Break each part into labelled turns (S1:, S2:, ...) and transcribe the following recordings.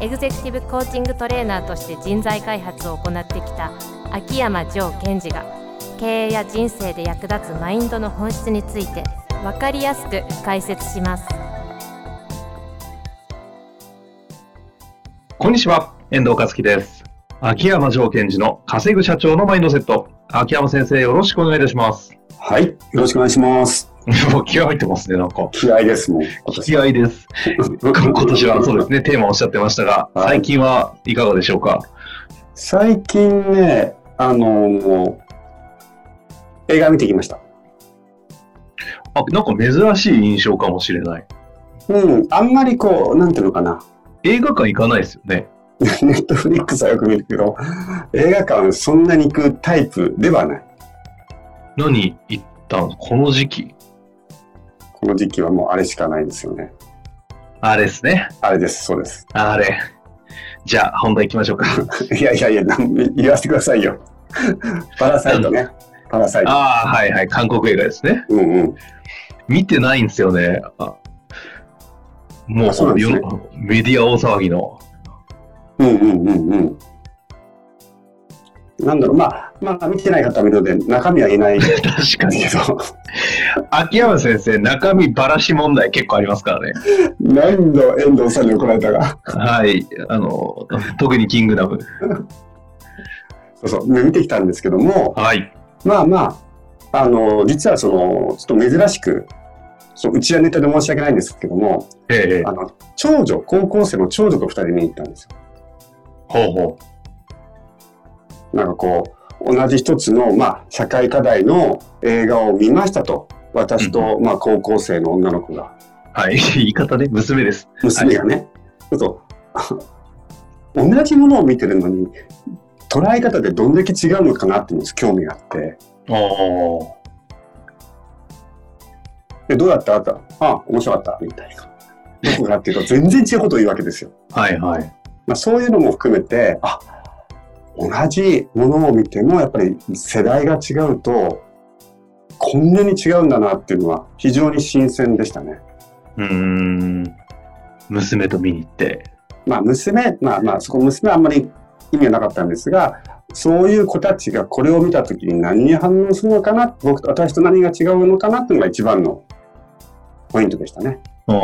S1: エグゼクティブコーチングトレーナーとして人材開発を行ってきた秋山城賢治が経営や人生で役立つマインドの本質について分かりやすく解説します。
S2: こんにちは、遠藤和樹です。秋山条件時の稼ぐ社長のマインドセット。秋山先生、よろしくお願いいたします。
S3: はい。よろしくお願いします。
S2: もう気合入ってますね、なんか。
S3: 気合ですもん。
S2: 気合です。 今年はそうですね、テーマをおっしゃってましたが、
S3: はい
S2: 最近はいかがでしょうか
S3: 最近ね、あの、もう、映画見てきました。
S2: あ、なんか珍しい印象かもしれない。
S3: うん。あんまりこう、なんていうのかな。
S2: 映画館行かないですよね。
S3: ネットフリックスはよく見るけど、映画館そんなに行くタイプではない。
S2: 何行ったのこの時期。
S3: この時期はもうあれしかないですよね。
S2: あれですね。
S3: あれです、そうです。
S2: あれ。じゃあ、本題行きましょうか。
S3: いやいやいや、なん言わせてくださいよ。 パラサイトね。パラサイト。
S2: ああ、はいはい。韓国映画ですね。
S3: うんうん。
S2: 見てないんですよね。あもう
S3: あそうなんですね
S2: 世のメディア大騒ぎの。
S3: うんうんうんうん。なんだろう、まあ、まあ、見てない方もいるので、中身は言えないです
S2: 確かに。
S3: けど。
S2: 秋山先生、中身ばらし問題結構ありますからね。
S3: 何度遠藤さんに怒られたか。
S2: はい。あの、特にキングダム。
S3: そうそう、ね見てきたんですけども、
S2: はい。
S3: まあまあ、あの、実はその、ちょっと珍しく、そう、うちはネタで申し訳ないんですけども、
S2: ええ
S3: あの、長女、高校生の長女と二人見に行ったんですよ。
S2: ほうほ
S3: なんかこう、同じ一つの、まあ、社会課題の映画を見ましたと。私と、まあ、高校生の女の子が、
S2: う。はい。言い方ね、娘です。
S3: 娘がね、ちょっとあの、同じものを見てるのに、捉え方でどんだけ違うのかなっていうのに興味があって。
S2: おー
S3: で、どうだったあったあ、面白かった。みたいな。どこがっていうと、全然違うことを言うわけですよ。
S2: はいはい。
S3: まあ、そういうのも含めて、あ、同じものを見ても、やっぱり世代が違うと、こんなに違うんだなっていうのは、非常に新鮮でしたね。
S2: うーん。娘と見に行って。
S3: まあ、娘、まあまあ、そこ娘はあんまり意味はなかったんですが、そういう子たちがこれを見たときに何に反応するのかな、僕と私と何が違うのかなっていうのが一番のポイントでしたね。
S2: ああ。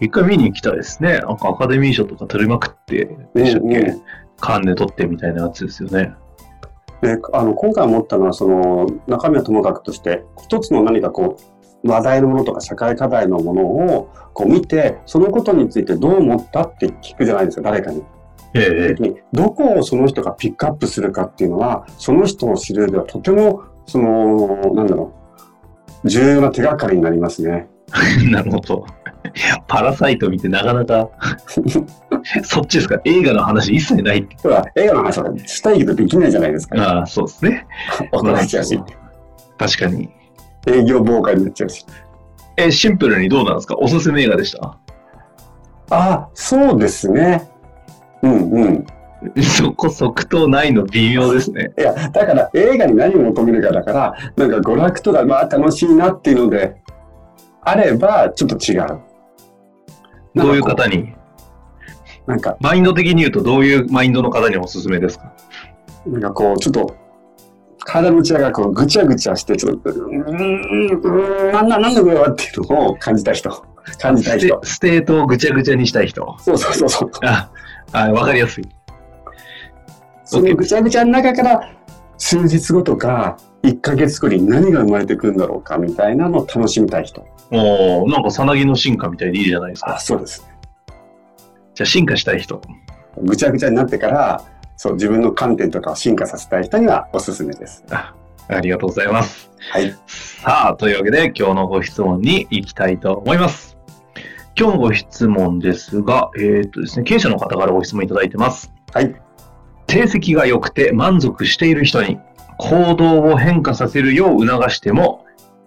S2: 一回見に行きたいですね。なんかアカデミー賞とか取りまくって、でしたっけ、
S3: うん
S2: カンネ取ってみたいなやつですよね。
S3: であの今回思ったのはその中身はともかくとして一つの何かこう話題のものとか社会課題のものをこう見てそのことについてどう思ったって聞くじゃないですか誰かに。
S2: ええ
S3: 時にどこをその人がピックアップするかっていうのはその人を知る上ではとてもそのなんだろう重要な手がかりになりますね。
S2: なるほど。パラサイト見てなかな か、そっちですか映画の話一切ないって。
S3: ただ映画の話はしたいけどできないじゃないですか。
S2: ああ、そうですね。
S3: 大人になっちゃうし
S2: 確かに。
S3: 営業妨害になっちゃうし。
S2: え、シンプルにどうなんですかおすすめ映画でした
S3: あそうですね。うんうん。
S2: そこ即答ないの微妙ですね。
S3: いや、だから映画に何を求めるかだから、なんか娯楽とか、まあ楽しいなっていうので、あればちょっと違う。
S2: どういう方に
S3: なんか、
S2: マインド的に言うとどういうマインドの方におすすめですか
S3: なんかこう、ちょっと、体の内側がこうぐちゃぐちゃして、ちょっと、うーん、うーん、なんだ、なんだこれはっていうのを感じた人。感じた
S2: ステ
S3: 人。
S2: ステートをぐちゃぐちゃにしたい人。
S3: そうそうそうそう。
S2: あ、あわかりやすい。
S3: そのぐちゃぐちゃの中から、数日後とか、1ヶ月後に何が生まれてくるんだろうかみたいなのを楽しみたい人。
S2: おーなんかさなぎの進化みたいでいいじゃないですか。
S3: あ、そうです。
S2: じゃあ進化したい人。
S3: ぐちゃぐちゃになってからそう自分の観点とかを進化させたい人にはおすすめです。
S2: ありがとうございます。
S3: はい、
S2: さあ、というわけで今日のご質問に行きたいと思います。今日のご質問ですが、えーっとですね、経営者の方からご質問いただいてます。
S3: はい、
S2: 成績が良くて満足している人に行動を変化させるよう促しても、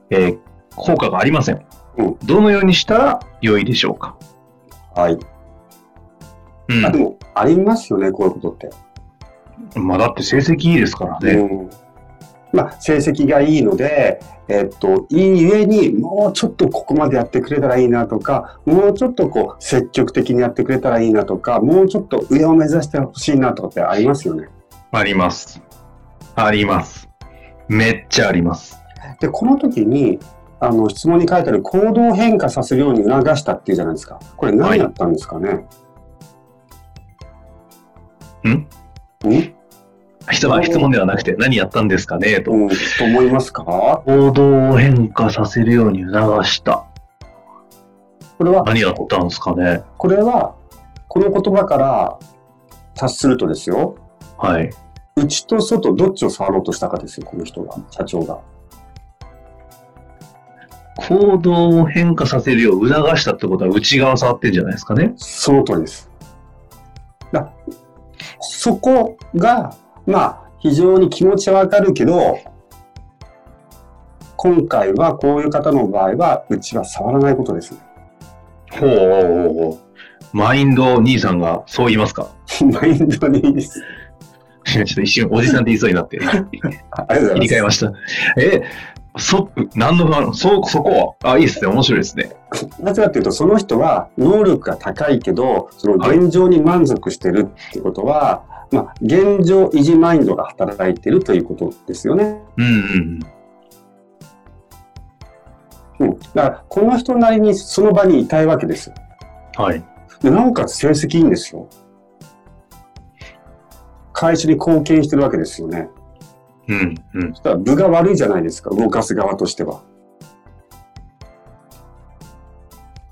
S2: えー効果がありません
S3: うん。
S2: どのようにしたら良いでしょうか、
S3: はい。
S2: う
S3: あで
S2: ん、
S3: も、ありますよね、こういうことって。
S2: まあだって成績いいですからね。
S3: うんまあ、成績がいいので、えっと、いいゆえに、もうちょっとここまでやってくれたらいいなとか、もうちょっとこう、積極的にやってくれたらいいなとか、もうちょっと上を目指してほしいなとかってありますよね。
S2: あります。あります。めっちゃあります。
S3: で、この時に、あの、質問に書いてある行動を変化させるように促したっていうじゃないですか。これ何やったんですかね、
S2: んん
S3: うん
S2: 質
S3: お
S2: 問
S3: ー
S2: 質問ではなくて何やったんですかねと。
S3: うん、と思いますかこ
S2: 行動を変化させるように促した。
S3: れは、
S2: 何やったんですかね
S3: これは、この言葉から察するとですよ、
S2: はい。
S3: 内と外どっちを触ろうとしたかですよ、この人が、社長が。
S2: 行動を変化させるよう促したってことは内側触ってんじゃないですかね
S3: その通りです。だそこが、まあ、非常に気持ちはわかるけど、今回はこういう方の場合は、うちは触らないことです ね。
S2: ほうほうほうほう。マインド兄さんがそう言います か
S3: マインドにいいです。
S2: ちょっと一瞬おじさんって言いそうにな って。切
S3: あありがとうご
S2: り替
S3: ざ
S2: え
S3: いま
S2: ました。え、そ、何の不安そ、そこは、あ、いいですね。面白いですね。
S3: す。なぜかというと、その人は能力が高いけど、その現状に満足してるってことは、まあ、現状維持マインドが働いてるということですよね。
S2: うんうん
S3: うん、だからこの人なりにその場にいたいわけですよ
S2: うん。はい。
S3: でなおかつ成績いいんですよ会社に貢献してるわけですよね
S2: うんうん。
S3: そしたら部が悪いじゃないですか動かす側としては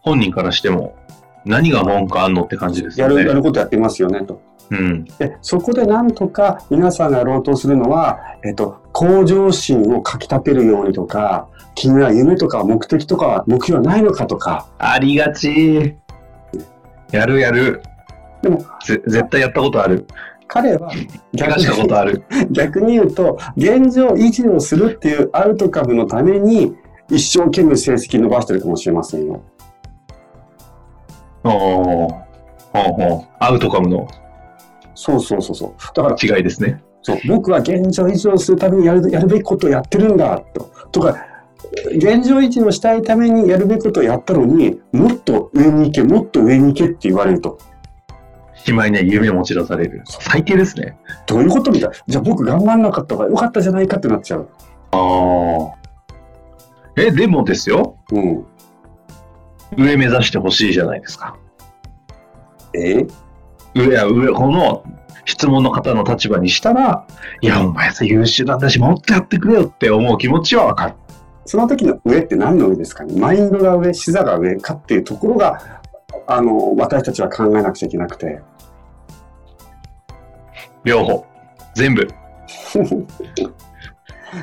S2: 本人からしても、何が文句あんのって感じです
S3: や
S2: よ
S3: るや
S2: ね。
S3: ることやってますよねと
S2: うん。
S3: でそこでなんとか皆さんがやろうとするのは、えっと、向上心をかきたてるようにとか君は夢とか目的とか目標はないのかとか
S2: ありがち。やるやる。
S3: でも
S2: ぜ絶対やったことある。
S3: 彼は
S2: 怪我したことあ る。
S3: 逆に言うと現状維持をするっていうアウトカムのために一生懸命成績伸ばしてるかもしれませんよ。
S2: おお。ほうほう。アウトカムの
S3: そうそうそうそう。だから
S2: 違いですね。
S3: そう僕は現状維持をするためにやるやるべきことをやってるんだと。とか現状維持をしたいためにやるべきことをやったのにもっと上に行けもっと上に行けって言われると
S2: しまいには夢を持ち出される。最低ですね。
S3: どういうことみたいなじゃあ僕頑張んなかったからよかったじゃないかってなっちゃう。
S2: ああ。え、でもですよ。
S3: うん、
S2: 上目指してほしいじゃないですか。
S3: え
S2: 上や上、この質問の方の立場にしたら、いや、お前さ優秀なんだし、もっとやってくれよって思う気持ちはわかる。
S3: その時の上って何の上ですかねマインドが上、視座が上かっていうところが、あの、私たちは考えなくちゃいけなくて。
S2: 両方。全部。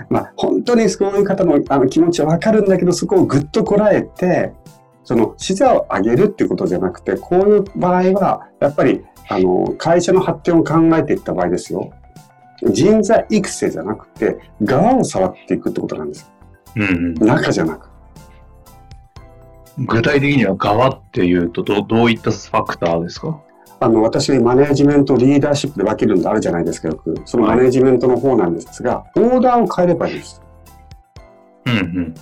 S3: まあ、本当にそういう方のあの気持ちはわかるんだけど、そこをぐっとこらえて、その視座を上げるっていうことじゃなくて、こういう場合は、やっぱり、あの、会社の発展を考えていった場合ですよ。人材育成じゃなくて、側を触っていくってことなんです。
S2: うん、
S3: 中じゃなく。
S2: 具体的には側っていうとどどういったファクターですか
S3: あの私マネージメントリーダーシップで分けるんであるじゃないですかよくそのマネージメントの方なんですが、オーダーを変えればいいです
S2: うん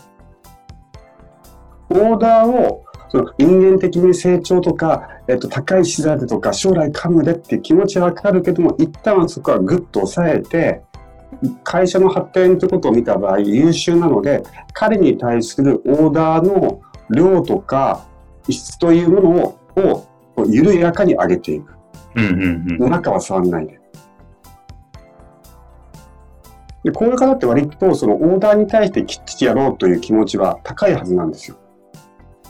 S2: うん
S3: オーダーをその人間的に成長とか、えっと、高い資材でとか将来噛むでっていう気持ちは分かるけども一旦はそこはグッと抑えて会社の発展ということを見た場合優秀なので彼に対するオーダーの量とか質というものををこう緩やかに上げていく
S2: うんうんうん
S3: 中は触んないで。で、こういう方って割とそのオーダーに対してきっちりやろうという気持ちは高いはずなんですよ。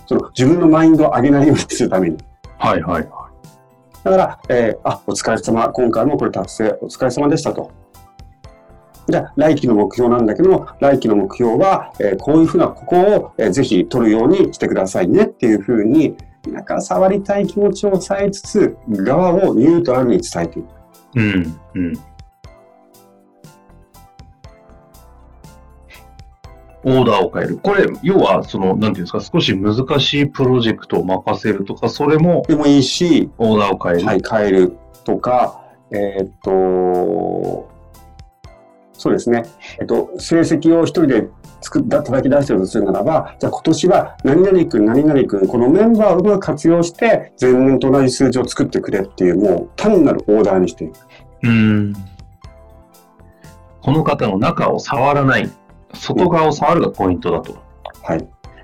S3: その自分のマインドを上げないようにするために。
S2: はいはいは
S3: だから、えーあ、お疲れ様、今回もこれ達成、お疲れ様でしたと。じゃあ、来期の目標なんだけども、来期の目標は、えーこういうふうな、ここを、えーぜひ取るようにしてくださいねっていうふうに、なんか触りたい気持ちを抑えつつ、側をニュートラルに伝えていく。
S2: いうん、うん。オーダーを変える。これ、要は、その、なんていうんですか、少し難しいプロジェクトを任せるとか、それも
S3: でもいいし、
S2: オーダーを変える。
S3: はい、変えるとか、えーっと、そうですね、えっと、成績を一人で作った、叩き出してるとするならば、じゃあ今年は何々君、何々君、このメンバーをうまく活用して、前年と同じ数字を作ってくれっていう、もう単なるオーダーにしていく。
S2: うん。この方の中を触らない。外側を触るがポイントだと。
S3: はい。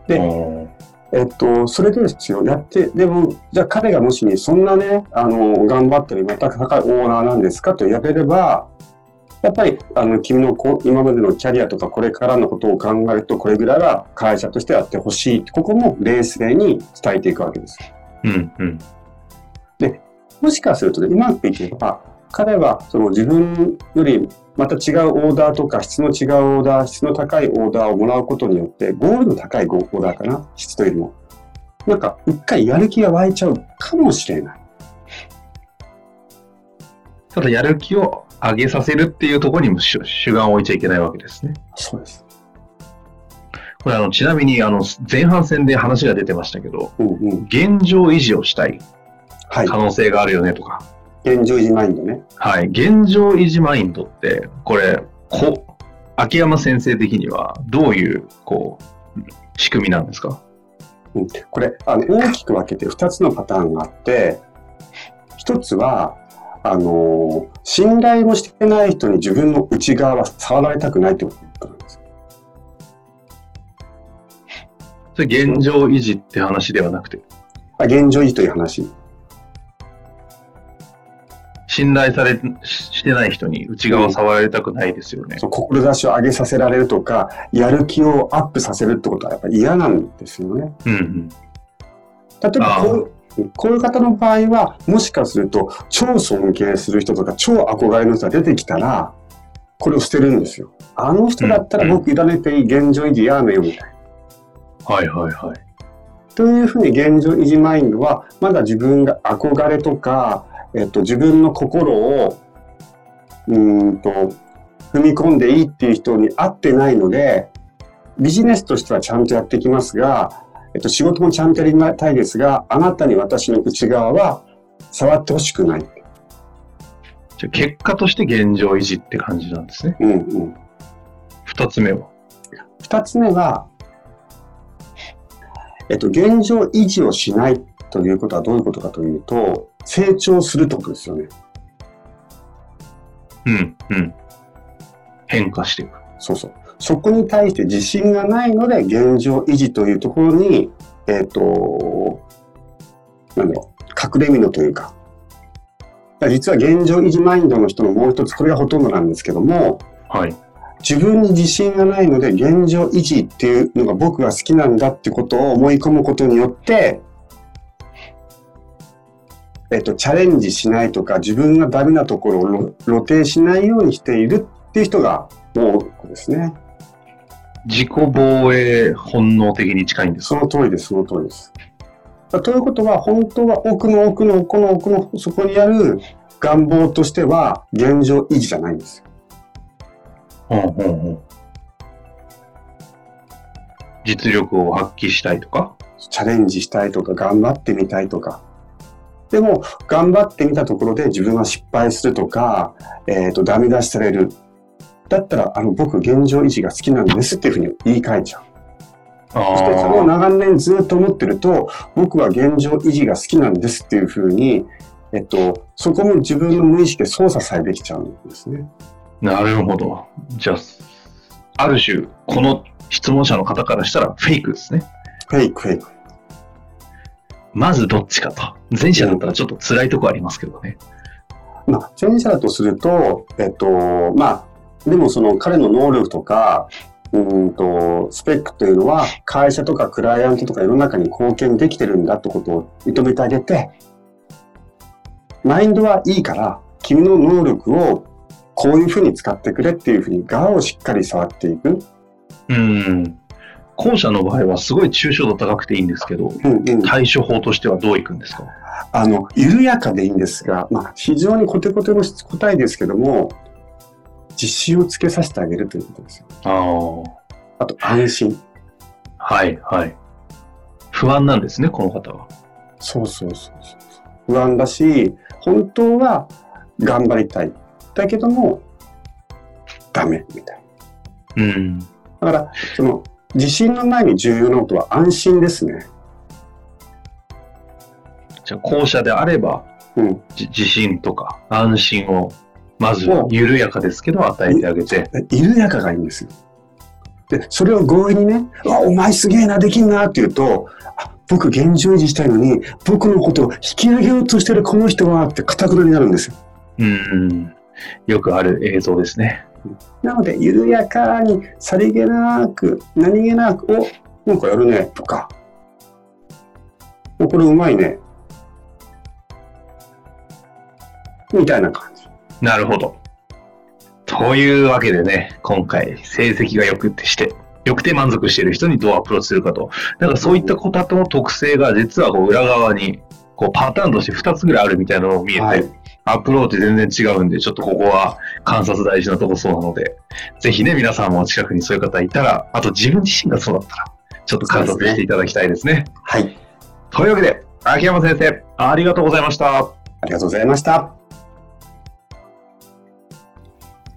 S3: で
S2: うん
S3: えっと、それでですよ、やって、でも、じゃあ彼がもしに、そんなね、あの、頑張ってる、全く高いオーナーなんですかと言われれば、やっぱり、あの、君のこう今までのキャリアとか、これからのことを考えると、これぐらいは会社としてやってほしい。ここも冷静に伝えていくわけです。
S2: うん、うん。
S3: もしかするとね、うまくいけば、彼はその自分よりまた違うオーダーとか、質の違うオーダー、質の高いオーダーをもらうことによって、ゴールの高いオーダーかな、質というよりも。なんか、一回やる気が湧いちゃうかもしれない。
S2: ただ、やる気を上げさせるっていうところにも主主眼を置いちゃいけないわけですね。
S3: そうです。
S2: これ、あの、ちなみに、あの、前半戦で話が出てましたけど、
S3: うんうん。
S2: 現状維持をしたい
S3: はい
S2: 可。能性があるよねとか、
S3: 現状維持マインドね。
S2: はい、現状維持マインドって、これ、こ秋山先生的にはどういう、こう、仕組みなんですか
S3: うん、これあの大きく分けて2つのパターンがあって1つはあの信頼もしてない人に自分の内側は触られたくないってことなんです。
S2: それ現状維持って話ではなくて、
S3: あ現状維持という話。
S2: 信頼されししてない人に内側を触られたくないですよね。
S3: そう志を上げさせられるとかやる気をアップさせるってことはやっぱり嫌なんですよね。
S2: うんうん。
S3: 例えば
S2: あー
S3: こうこういう方の場合はもしかすると超尊敬する人とか超憧れの人が出てきたらこれを捨てるんですよ。あの人だったら僕委ねていい現状維持やめよみたいな。
S2: はいはいはい。
S3: というふうに現状維持マインドはまだ自分が憧れとか、えっと、自分の心をうーんと踏み込んでいいっていう人に合ってないのでビジネスとしてはちゃんとやっていきますが、えっと、仕事もちゃんとやりたいですがあなたに私の内側は触ってほしくない。
S2: じゃあ結果として現状維持って感じなんですね。
S3: うんうん
S2: 二つ目は。
S3: 二つ目は、えっと、現状維持をしないということはどういうことかというと、成長するってことですよね。
S2: うんうん。変化していく。
S3: そうそう。そこに対して自信がないので、現状維持というところに、えっ、と、なんだろう、隠れ身のというか。だから実は現状維持マインドの人のもう一つ、これがほとんどなんですけども、
S2: はい。
S3: 自分に自信がないので、現状維持っていうのが僕が好きなんだってことを思い込むことによって、えっと、チャレンジしないとか、自分がダメなところを露呈しないようにしているっていう人が多くですね。
S2: 自己防衛本能的に近いんです
S3: その通りです、その通りです。だということは、本当は奥の奥の奥の奥のそこにある願望としては、現状維持じゃないんですよ。
S2: うんうんうん。実力を発揮したいとか。
S3: チャレンジしたいとか、頑張ってみたいとか。でも、頑張ってみたところで自分は失敗するとか、えっ、と、ダメ出しされる。だったら、あの、僕、現状維持が好きなんですっていうふうに言い換えちゃう。そしてそれを
S2: あ
S3: 長年ずっと思ってると、僕は現状維持が好きなんですっていうふうに、えっと、そこも自分の無意識で操作さえできちゃうんですね。
S2: あ、なるほど。じゃあ、ある種、この質問者の方からしたらフェイクですね。
S3: フェイク、フェイク。
S2: まずどっちかと。前者だったらちょっと辛いとこありますけどね。
S3: まあ、前者だとすると、えっと、まあ、でもその彼の能力とか、うーんと、スペックというのは、会社とかクライアントとか世の中に貢献できてるんだってことを認めてあげて、マインドはいいから、君の能力をこういうふうに使ってくれっていうふうに、側をしっかり触っていく。
S2: うん。後者の場合はすごい抽象度高くていいんですけど、
S3: うんうん
S2: 対処法としてはどういくんですか
S3: あの、緩やかでいいんですが、まあ、非常にコテコテの答えですけども、自信をつけさせてあげるということですよ。
S2: ああ。
S3: あと、安心。
S2: はい、はい。不安なんですね、この方は。
S3: そうそうそうそう。不安だし、本当は頑張りたい。だけども、ダメ、みたい
S2: うん。
S3: な。だから、その、自信の前に重要なことは安心ですね。
S2: じゃあ、後者であれば、
S3: うん。
S2: じ自信とか安心を、まず
S3: うん
S2: 緩やかですけど与えてあげて。
S3: 緩やかがいいんですよ。で、それを強引にね、うわお前すげえな、できんなって言うと、あ僕現状維持したいのに、僕のことを引き上げようとしてるこの人はって、かたくなになるんですよ。
S2: うん。よくある映像ですね。
S3: なので、緩やかに、さりげなく、何気なく、おなんかやるね、とか。おこれうまいね。みたいな感じ。
S2: なるほど。というわけでね、今回、成績が良くてして、良くて満足している人にどうアプローチするかと。だからそういったことの特性が実はこう裏側に、こうパターンとして2つぐらいあるみたいなのを見えて、
S3: はい。
S2: アプローチ全然違うんで、ちょっとここは観察大事なとこそうなので、ぜひね、皆さんも近くにそういう方いたら、あと自分自身がそうだったら、ちょっと観
S3: そう
S2: 察
S3: ですね
S2: していただきたいですね。
S3: はい。
S2: というわけで、秋山先生、ありがとうございました。
S3: ありがとうございました。